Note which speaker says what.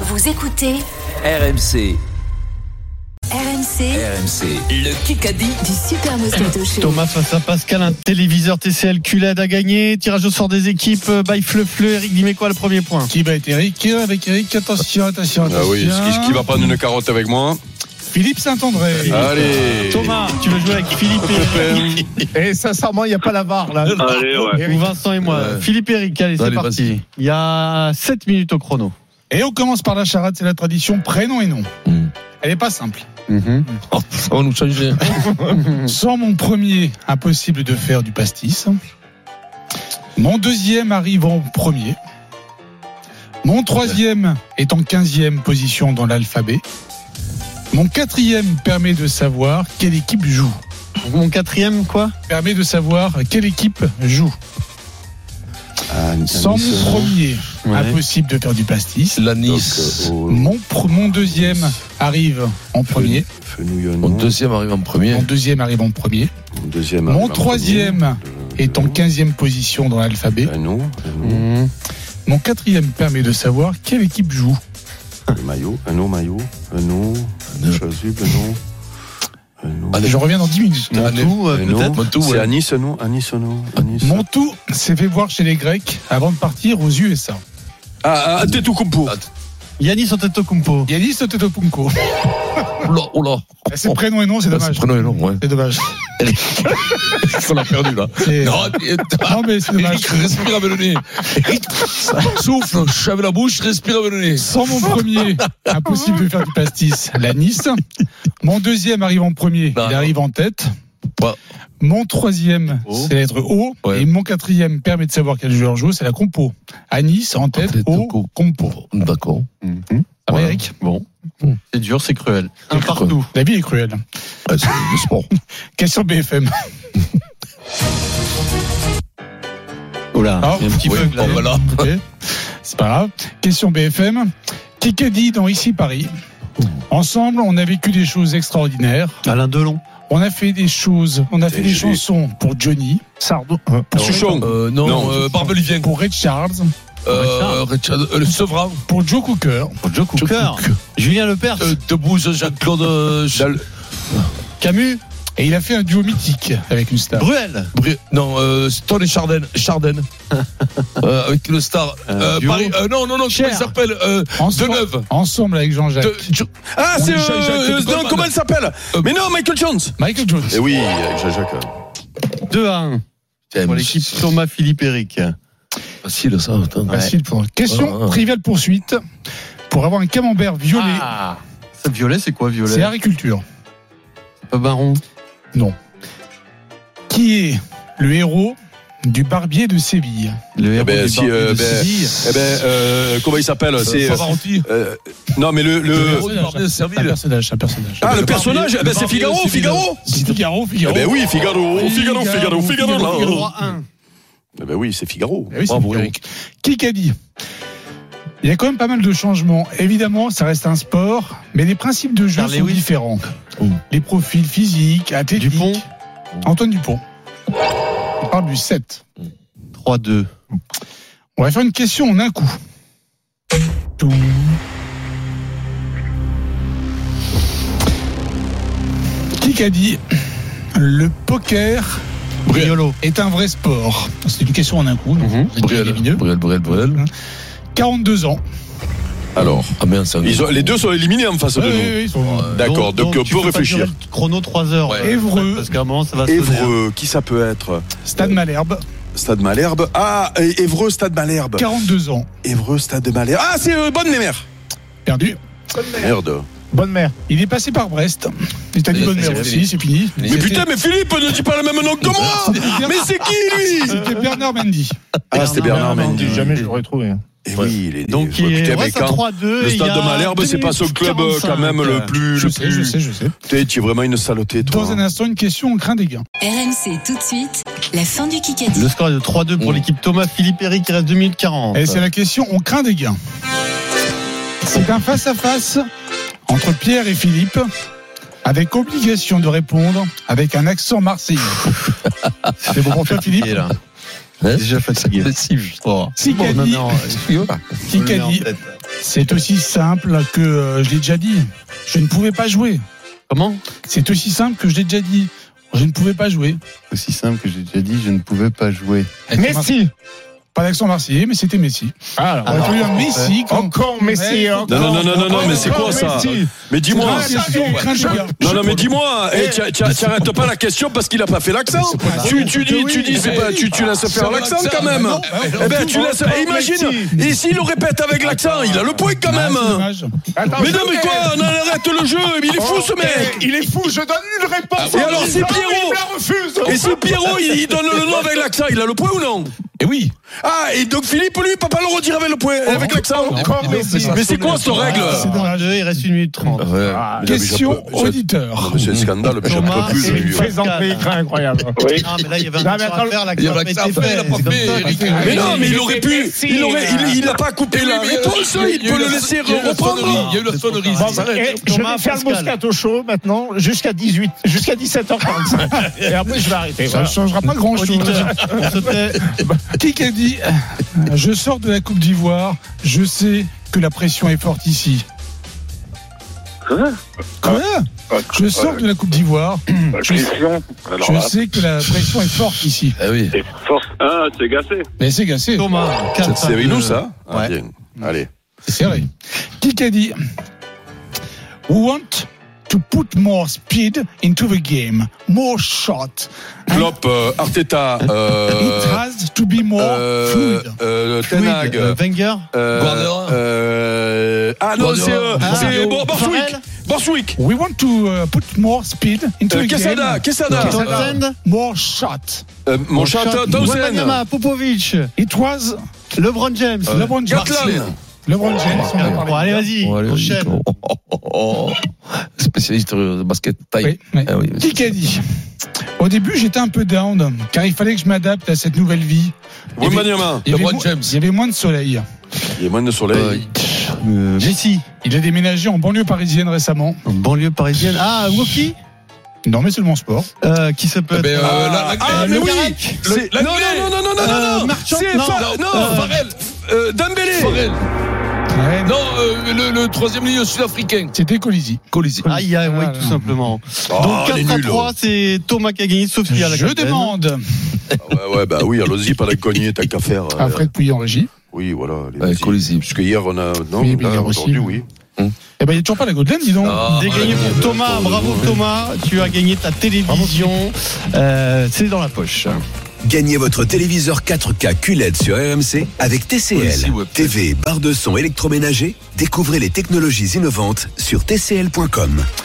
Speaker 1: Vous écoutez
Speaker 2: RMC,
Speaker 1: RMC
Speaker 2: RMC, le Kikadi.
Speaker 1: du Super Moscato Show.
Speaker 3: Thomas face à Pascal, un téléviseur TCL QLED à gagner. Tirage au sort des équipes euh, by Fleu Fleu. Eric Dimeco a le premier point.
Speaker 4: Qui va être Eric Avec Eric, attention, attention, attention.
Speaker 5: Ah oui, ce qui, ce qui va Ah. prendre une carotte avec moi.
Speaker 4: Philippe Saint-André.
Speaker 5: Allez
Speaker 3: Thomas, tu vas jouer avec Philippe et Eric.
Speaker 4: Et sincèrement, il n'y a pas la barre là.
Speaker 6: Allez, ouais.
Speaker 3: Ou Vincent et moi. Philippe et Eric, allez, c'est
Speaker 7: Allez,
Speaker 3: parti.
Speaker 7: vas-y.
Speaker 3: Il y a 7 minutes au chrono.
Speaker 4: Et on commence par la charade, c'est la tradition prénom et nom.
Speaker 7: Mm.
Speaker 4: Elle n'est pas simple. Mm.
Speaker 7: Oh, ça va nous changer.
Speaker 4: Sans mon premier, impossible de faire du pastis. Mon deuxième arrive en premier. Mon troisième est en quinzième position dans l'alphabet. Mon quatrième permet de savoir quelle équipe joue.
Speaker 3: Mon quatrième, quoi
Speaker 4: Permet de savoir quelle équipe joue.
Speaker 7: Ah
Speaker 4: Sans mon premier,
Speaker 3: Ouais.
Speaker 4: impossible de faire du pastis.
Speaker 7: La Nice.
Speaker 4: Mon, pr- mon deuxième arrive en premier.
Speaker 7: Mon deuxième arrive en premier.
Speaker 4: Mon deuxième arrive en premier. Mon troisième est
Speaker 7: Oh.
Speaker 4: en quinzième position dans l'alphabet.
Speaker 5: Anneau,
Speaker 7: Mhm.
Speaker 3: Mmh.
Speaker 4: Mon quatrième permet de savoir quelle équipe joue.
Speaker 5: maillot, anneau, maillot, anneau, chasuble, anneau.
Speaker 7: Allez.
Speaker 4: Je reviens dans 10 minutes.
Speaker 3: Mon
Speaker 7: Allez.
Speaker 3: tout, euh,
Speaker 5: Anneau,
Speaker 3: peut-être
Speaker 7: Montou,
Speaker 5: C'est
Speaker 7: ouais.
Speaker 5: Anis, anneau, Anis, anneau, Anis.
Speaker 4: Mon tout s'est fait voir chez les Grecs avant de partir aux USA.
Speaker 5: Ah, ah, t'es tout comme pour.
Speaker 3: Yanis Antetokounmpo.
Speaker 4: Yanis Antetokounmpo.
Speaker 7: Oula, oula.
Speaker 4: C'est prénom et nom, c'est
Speaker 7: Ah, C'est
Speaker 4: dommage.
Speaker 7: prénom et nom, ouais.
Speaker 4: C'est dommage.
Speaker 7: On l'a perdu, là.
Speaker 4: C'est-
Speaker 7: Non, mais-
Speaker 4: Non mais c'est dommage.
Speaker 7: Eric, respire avec le nez. Eric, souffle, chave la bouche, respire avec le nez.
Speaker 4: Sans mon premier, impossible de faire du pastis. La Nice. Mon deuxième arrive en premier.
Speaker 7: Bah,
Speaker 4: il arrive en tête.
Speaker 7: Bah.
Speaker 4: Mon troisième,
Speaker 7: Oh.
Speaker 4: c'est la lettre O.
Speaker 7: Ouais.
Speaker 4: Et mon quatrième permet de savoir quel joueur joue, c'est la compo. À Nice, en tête,
Speaker 7: tête,
Speaker 4: O,
Speaker 7: co-
Speaker 4: compo.
Speaker 7: D'accord.
Speaker 3: Mhm. Ah,
Speaker 4: Ça va,
Speaker 7: Bah, Mhm. Ouais.
Speaker 4: Eric
Speaker 7: Bon.
Speaker 3: C'est dur, c'est cruel. Un
Speaker 7: C'est cruel.
Speaker 3: partout.
Speaker 4: La vie est cruelle.
Speaker 7: Ouais, c'est du sport.
Speaker 4: Question BFM.
Speaker 3: Oula,
Speaker 4: Ah,
Speaker 3: il y a un petit
Speaker 7: oui,
Speaker 3: bug, là.
Speaker 7: bon, voilà.
Speaker 4: Ok. C'est pas grave. Question BFM. Kikadi dans Ici Paris. Ensemble, on a vécu des choses extraordinaires.
Speaker 3: Alain Delon.
Speaker 4: On a fait des choses. On a fait
Speaker 5: Et
Speaker 4: des
Speaker 5: je-
Speaker 4: chansons pour Johnny. Sardou. euh, Pour
Speaker 5: Souchon.
Speaker 7: Euh, non,
Speaker 5: Non.
Speaker 7: euh, Barbelivien.
Speaker 4: Pour Ray Charles.
Speaker 7: Euh, Richard, euh, le Sevran.
Speaker 4: pour Joe Cooker,
Speaker 3: Joe Cooker. Julien Lepers.
Speaker 7: Euh, Debouze, Jean-Claude. euh,
Speaker 5: Dans le-
Speaker 3: Camus.
Speaker 4: et il a fait un duo mythique avec une star.
Speaker 3: Bruel.
Speaker 7: Bri- Non, euh, Stone et Charden. Charden. Euh, avec le star.
Speaker 3: Euh,
Speaker 7: Euh,
Speaker 3: Duo.
Speaker 7: Paris- euh, non, non, non,
Speaker 4: Cher.
Speaker 7: comment il s'appelle euh,
Speaker 4: Ensemble,
Speaker 7: Deneuve.
Speaker 4: ensemble avec Jean-Jacques.
Speaker 7: De- Jo-
Speaker 5: Ah, c'est.
Speaker 7: Oui, Jacques- Jacques
Speaker 5: euh,
Speaker 7: Goldman.
Speaker 5: non, Comment elle s'appelle
Speaker 7: Euh,
Speaker 5: Mais non, Michael Jones
Speaker 4: Michael Jones.
Speaker 5: Eh oui, avec Jaja, quand même.
Speaker 3: 2 à 1 pour l'équipe Thomas Philippe Eric.
Speaker 7: Facile ça, attends.
Speaker 4: Facile pour Question
Speaker 7: Ah, ah.
Speaker 4: triviale poursuite. Pour avoir un camembert violet,
Speaker 3: Ah. Ça, violet, c'est quoi violet
Speaker 4: c'est agriculture.
Speaker 3: Pas marron.
Speaker 4: Non. Qui est le héros du barbier de Séville
Speaker 3: Le héros
Speaker 5: ben,
Speaker 3: des
Speaker 5: si,
Speaker 3: Barbiers
Speaker 5: euh,
Speaker 3: de
Speaker 5: ben,
Speaker 3: Séville.
Speaker 5: Eh ben, euh, comment il s'appelle C'est.
Speaker 4: Ah,
Speaker 5: euh,
Speaker 7: Pavarotti.
Speaker 5: euh, Non, mais le. Ah,
Speaker 7: Le
Speaker 5: le-
Speaker 7: héros du Barbier de
Speaker 4: Un
Speaker 7: Serville.
Speaker 4: personnage, un personnage.
Speaker 5: Ah, le
Speaker 7: Le
Speaker 5: personnage
Speaker 7: Barbier-
Speaker 5: Eh ben,
Speaker 7: le
Speaker 5: c'est
Speaker 7: Barbier,
Speaker 5: Figaro,
Speaker 7: c'est
Speaker 5: Figaro
Speaker 4: Figaro,
Speaker 5: Eh
Speaker 4: Figaro.
Speaker 5: ben oui, Figaro, Figaro, Figaro, Figaro, là.
Speaker 3: 3 1.
Speaker 5: Eh ben oui, c'est Figaro.
Speaker 4: Eh oui, c'est
Speaker 7: Bravo,
Speaker 4: Figaro.
Speaker 7: Eric.
Speaker 4: Qui qu'a dit Il y a quand même pas mal de changements. Évidemment, ça reste un sport, mais les principes de jeu
Speaker 3: Charles
Speaker 4: sont
Speaker 3: Lewis.
Speaker 4: différents.
Speaker 7: Oh.
Speaker 4: Les profils physiques, athlétiques.
Speaker 3: Dupont.
Speaker 4: Antoine Dupont. On parle du 7.
Speaker 3: 3 2.
Speaker 4: On va faire une question en un coup. Tout. Qui a dit le poker
Speaker 3: Briolo.
Speaker 4: est un vrai sport C'est une question en un coup. donc
Speaker 3: Mhm.
Speaker 4: c'est déjà
Speaker 7: Bruel,
Speaker 4: lumineux.
Speaker 7: Bruel, Bruel, Bruel.
Speaker 4: 42 ans.
Speaker 5: Alors.
Speaker 7: Ah merde, c'est un
Speaker 5: Ils ont- les deux sont éliminés en face de
Speaker 4: Ouais, ouais,
Speaker 5: nous.
Speaker 4: ouais, ils sont- euh,
Speaker 5: D'accord, donc,
Speaker 3: tu
Speaker 5: on
Speaker 3: fais pas
Speaker 5: peut
Speaker 3: durer
Speaker 5: réfléchir.
Speaker 3: le Chrono 3 heures.
Speaker 7: Ouais.
Speaker 3: euh,
Speaker 4: Évreux.
Speaker 3: Parce qu'à un moment, ça va sonner.
Speaker 5: Évreux, qui ça peut être
Speaker 4: Stade Malherbe,
Speaker 5: Stade Malherbe. Ah, euh, Évreux, Stade Malherbe.
Speaker 4: 42 ans.
Speaker 5: Évreux, Stade Malherbe. Ah, c'est euh, bonne mère.
Speaker 4: Perdu.
Speaker 5: Merde.
Speaker 4: Bonne mère. Il est passé par Brest. Il t'a dit
Speaker 7: Et
Speaker 4: bonne
Speaker 7: c'est
Speaker 4: mère
Speaker 7: fini.
Speaker 4: aussi, c'est fini.
Speaker 5: Mais putain, mais Philippe ne dit pas le même nom que moi Mais c'est qui lui
Speaker 4: C'était Bernard Mendy.
Speaker 5: Ah, c'était Bernard Mendy.
Speaker 3: Jamais je
Speaker 5: Eh oui, il est
Speaker 3: Donc,
Speaker 5: ouais,
Speaker 3: il est
Speaker 5: putain,
Speaker 3: ouais,
Speaker 5: mais
Speaker 3: ça,
Speaker 5: quand-
Speaker 3: 3-2. et
Speaker 5: Le
Speaker 3: il y
Speaker 5: Stade
Speaker 3: a
Speaker 5: de Malherbe, c'est pas ce club euh, quand même
Speaker 3: 45,
Speaker 5: le plus.
Speaker 4: Je
Speaker 5: le
Speaker 4: sais, je
Speaker 5: plus-
Speaker 4: sais, je sais.
Speaker 5: T'es- Tu es vraiment une saloté, toi.
Speaker 4: Dans un instant, une question, on craint des gains.
Speaker 1: RMC tout de suite, la fin du Kikadi.
Speaker 3: Le score est de 3-2 pour
Speaker 7: Mm.
Speaker 3: l'équipe Thomas Philippe Eric. Il reste 2 minutes 40.
Speaker 4: Et c'est la question, on craint des gains. C'est un face-à-face entre Pierre et Philippe, avec obligation de répondre avec un accent marseillais. C'est bon pour toi, Philippe
Speaker 3: Il est là.
Speaker 7: Hein
Speaker 3: Déjà fatigué.
Speaker 7: Possible, je crois.
Speaker 4: Si
Speaker 3: Bon,
Speaker 4: qu'a
Speaker 3: non,
Speaker 4: dit,
Speaker 3: non, euh,
Speaker 4: qui
Speaker 3: on le
Speaker 4: qu'a
Speaker 3: met en
Speaker 4: dit,
Speaker 3: tête.
Speaker 4: C'est aussi simple que euh, je l'ai déjà dit. Je ne pouvais pas jouer.
Speaker 3: Comment
Speaker 4: C'est aussi simple que je l'ai déjà dit. Je ne pouvais pas jouer.
Speaker 6: Aussi simple que j'ai déjà dit, je ne pouvais pas jouer.
Speaker 8: Messi.
Speaker 4: Pas d'accent marseillais, mais c'était Messi. euh, On a eu un Messi. quand-
Speaker 8: Encore Messi.
Speaker 4: Ouais,
Speaker 7: hein.
Speaker 8: encore-
Speaker 5: Non, non, non, non, non, non, mais c'est
Speaker 8: encore
Speaker 5: quoi, ça
Speaker 8: Messi.
Speaker 5: Mais dis-moi.
Speaker 4: Ah, question, crainte, je-
Speaker 5: Non, non, mais dis-moi. eh, tu- tu- tu arrêtes pas la question parce qu'il a pas fait l'accent. Tu, tu dis, tu dis, c'est pas, tu, tu laisses faire l'accent quand même. Eh ben, tu laisses. Imagine. Et s'il le répète avec l'accent, il a le point quand
Speaker 4: Ah,
Speaker 5: même.
Speaker 4: c'est dommage.
Speaker 8: Attends,
Speaker 5: Mais non,
Speaker 8: je-
Speaker 5: mais quoi On en arrête le jeu. Mais il est fou ce mec.
Speaker 8: Il est fou, je donne une réponse.
Speaker 5: Et alors, c'est
Speaker 8: Non,
Speaker 5: Pierrot.
Speaker 8: Il la refuse.
Speaker 5: Et si Pierrot, il il donne le nom avec l'accent, il a le point ou non
Speaker 7: Et Eh oui.
Speaker 5: Ah, et donc Philippe, lui, il peut pas le redire avec le point, avec l'accent.
Speaker 8: Encore Messi.
Speaker 5: Mais c'est quoi cette règle Ah,
Speaker 3: C'est dans la jeu, il reste une minute trente.
Speaker 4: Question auditeur.
Speaker 5: C'est un scandale,
Speaker 3: puis j'en peux Thomas, plus,
Speaker 5: plus.
Speaker 3: c'est
Speaker 5: euh,
Speaker 3: lui. une fête.
Speaker 8: Présente des écrans incroyable.
Speaker 3: Non, mais là, il y avait un
Speaker 8: Non,
Speaker 3: match
Speaker 8: mais
Speaker 3: à
Speaker 8: attends,
Speaker 3: faire, la
Speaker 7: il y a
Speaker 3: carte
Speaker 7: pas
Speaker 3: a
Speaker 7: que ça à
Speaker 3: été
Speaker 7: faire, il a
Speaker 3: faite.
Speaker 7: pas
Speaker 3: C'est comme
Speaker 7: fait,
Speaker 3: ça,
Speaker 7: Eric.
Speaker 3: c'est-
Speaker 5: Mais non, mais il
Speaker 8: Il
Speaker 5: aurait
Speaker 8: était
Speaker 5: pu.
Speaker 8: Messi,
Speaker 5: Il aurait,
Speaker 8: là.
Speaker 5: il, il a pas coupé la réponse, il peut le laisser
Speaker 7: Il y a
Speaker 5: reprendre.
Speaker 7: eu la sonnerie.
Speaker 3: Bon,
Speaker 7: Ça s'arrête.
Speaker 8: Et je
Speaker 3: Thomas
Speaker 8: vais faire le
Speaker 3: Pascal.
Speaker 8: Moscato Show maintenant jusqu'à 18, jusqu'à 17h45. Et après, je vais arrêter.
Speaker 4: Ça ne
Speaker 8: voilà.
Speaker 4: changera pas grand chose.
Speaker 3: Auditeur, on se tait.
Speaker 4: Qui a dit Je sors de la Coupe d'Ivoire, je sais que la pression est forte ici. Quoi Je sors de la Coupe d'Ivoire, je, je sais que la pression est forte ici.
Speaker 7: Ah oui.
Speaker 9: Force 1, c'est gâché.
Speaker 4: Mais c'est gassé,
Speaker 3: Thomas, quatre,
Speaker 5: C'est avec
Speaker 3: deux.
Speaker 5: nous, ça Ah,
Speaker 3: Ouais.
Speaker 5: bien. Allez.
Speaker 4: c'est vrai. Qui a dit We want to put more speed into the game, more shot.
Speaker 5: Klopp, euh, Arteta,
Speaker 4: It
Speaker 5: euh,
Speaker 4: has to be more
Speaker 5: euh,
Speaker 4: fluid.
Speaker 5: euh,
Speaker 3: Fluide,
Speaker 5: Tenag.
Speaker 3: euh,
Speaker 5: euh,
Speaker 3: Wenger,
Speaker 7: Guardiola.
Speaker 5: euh, Ah non, c'est
Speaker 7: Guardiola.
Speaker 5: euh, c'est Bo- Borswick.
Speaker 3: Farrell.
Speaker 5: Borswick.
Speaker 4: We want to uh, put more speed into
Speaker 5: Euh,
Speaker 4: the
Speaker 5: Quesada,
Speaker 4: game,
Speaker 5: Quesada.
Speaker 3: Townsend,
Speaker 4: more shot.
Speaker 5: Euh, Mon chat, Townsend.
Speaker 3: Wembanyama, Popovic,
Speaker 4: It was
Speaker 3: LeBron James.
Speaker 7: Euh,
Speaker 4: LeBron James.
Speaker 5: Gatland.
Speaker 4: LeBron James, on en
Speaker 7: Ah,
Speaker 4: a parlé.
Speaker 3: Bon, allez, vas-y,
Speaker 7: Bon, allez,
Speaker 3: enchaîne.
Speaker 7: vas-y. Oh, oh, oh, oh. Spécialiste de basket taille.
Speaker 4: Oui, oui.
Speaker 7: Ah oui.
Speaker 4: Qui a dit Au début, j'étais un peu down, car il fallait que je m'adapte à cette nouvelle vie.
Speaker 5: Wembanyama.
Speaker 4: Il y, avait
Speaker 7: LeBron
Speaker 4: mo-
Speaker 7: James.
Speaker 4: il y avait moins de soleil.
Speaker 5: Il y a moins de
Speaker 7: Euh,
Speaker 5: soleil.
Speaker 3: Messi,
Speaker 4: Il a déménagé en banlieue parisienne récemment.
Speaker 3: en banlieue parisienne. Ah, Woki,
Speaker 4: Non, mais seulement sport.
Speaker 3: euh, qui ça peut
Speaker 7: eh ben,
Speaker 3: être
Speaker 7: euh, la- la-
Speaker 5: Ah,
Speaker 3: le
Speaker 5: mais oui
Speaker 3: Garec.
Speaker 5: C'est-
Speaker 7: Le-
Speaker 5: Non, non, non, non, non, non,
Speaker 3: Euh,
Speaker 5: non
Speaker 3: Marchand-
Speaker 5: C'est
Speaker 3: non,
Speaker 5: Fa-
Speaker 3: non,
Speaker 5: Non,
Speaker 3: euh,
Speaker 5: Farrell Euh, Dembélé
Speaker 7: Farrell.
Speaker 4: Ouais,
Speaker 7: Non, euh, le, le troisième ligne sud-africain.
Speaker 4: C'était Colisi.
Speaker 7: Colisi.
Speaker 3: Ah, il y a, oui,
Speaker 4: Ah,
Speaker 3: tout
Speaker 4: là.
Speaker 3: simplement.
Speaker 5: Oh,
Speaker 3: Donc
Speaker 5: elle est
Speaker 3: 4 à
Speaker 5: nulle.
Speaker 3: 3, c'est Thomas qui a gagné, Sophie à la
Speaker 4: Je
Speaker 3: capitaine.
Speaker 4: demande
Speaker 5: Ah Ouais, ouais, bah oui, allons-y, pas la cognée, t'as qu'à faire.
Speaker 4: à
Speaker 5: euh,
Speaker 4: Fred Pouilly en régie.
Speaker 5: Oui, voilà. allez,
Speaker 7: Ouais,
Speaker 5: vas-y.
Speaker 7: Colisi.
Speaker 5: Parce que hier, on a. Non,
Speaker 4: Bah, Oui,
Speaker 5: là,
Speaker 4: Bigard aussi.
Speaker 5: aujourd'hui, oui.
Speaker 4: Eh ben, il n'y a toujours pas la Godelaine, dis donc.
Speaker 7: Ah,
Speaker 3: Dégagné
Speaker 7: ouais,
Speaker 3: pour
Speaker 7: ouais,
Speaker 3: Thomas,
Speaker 7: ouais,
Speaker 3: bravo
Speaker 7: ouais.
Speaker 3: Thomas, tu as gagné ta télévision, Euh, c'est dans la poche.
Speaker 2: Gagnez votre téléviseur 4K QLED E sur RMC avec
Speaker 7: Aussi,
Speaker 2: TCL.
Speaker 7: ouais, peut-être.
Speaker 2: TV, barre de son électroménager. Découvrez les technologies innovantes sur tcl.com.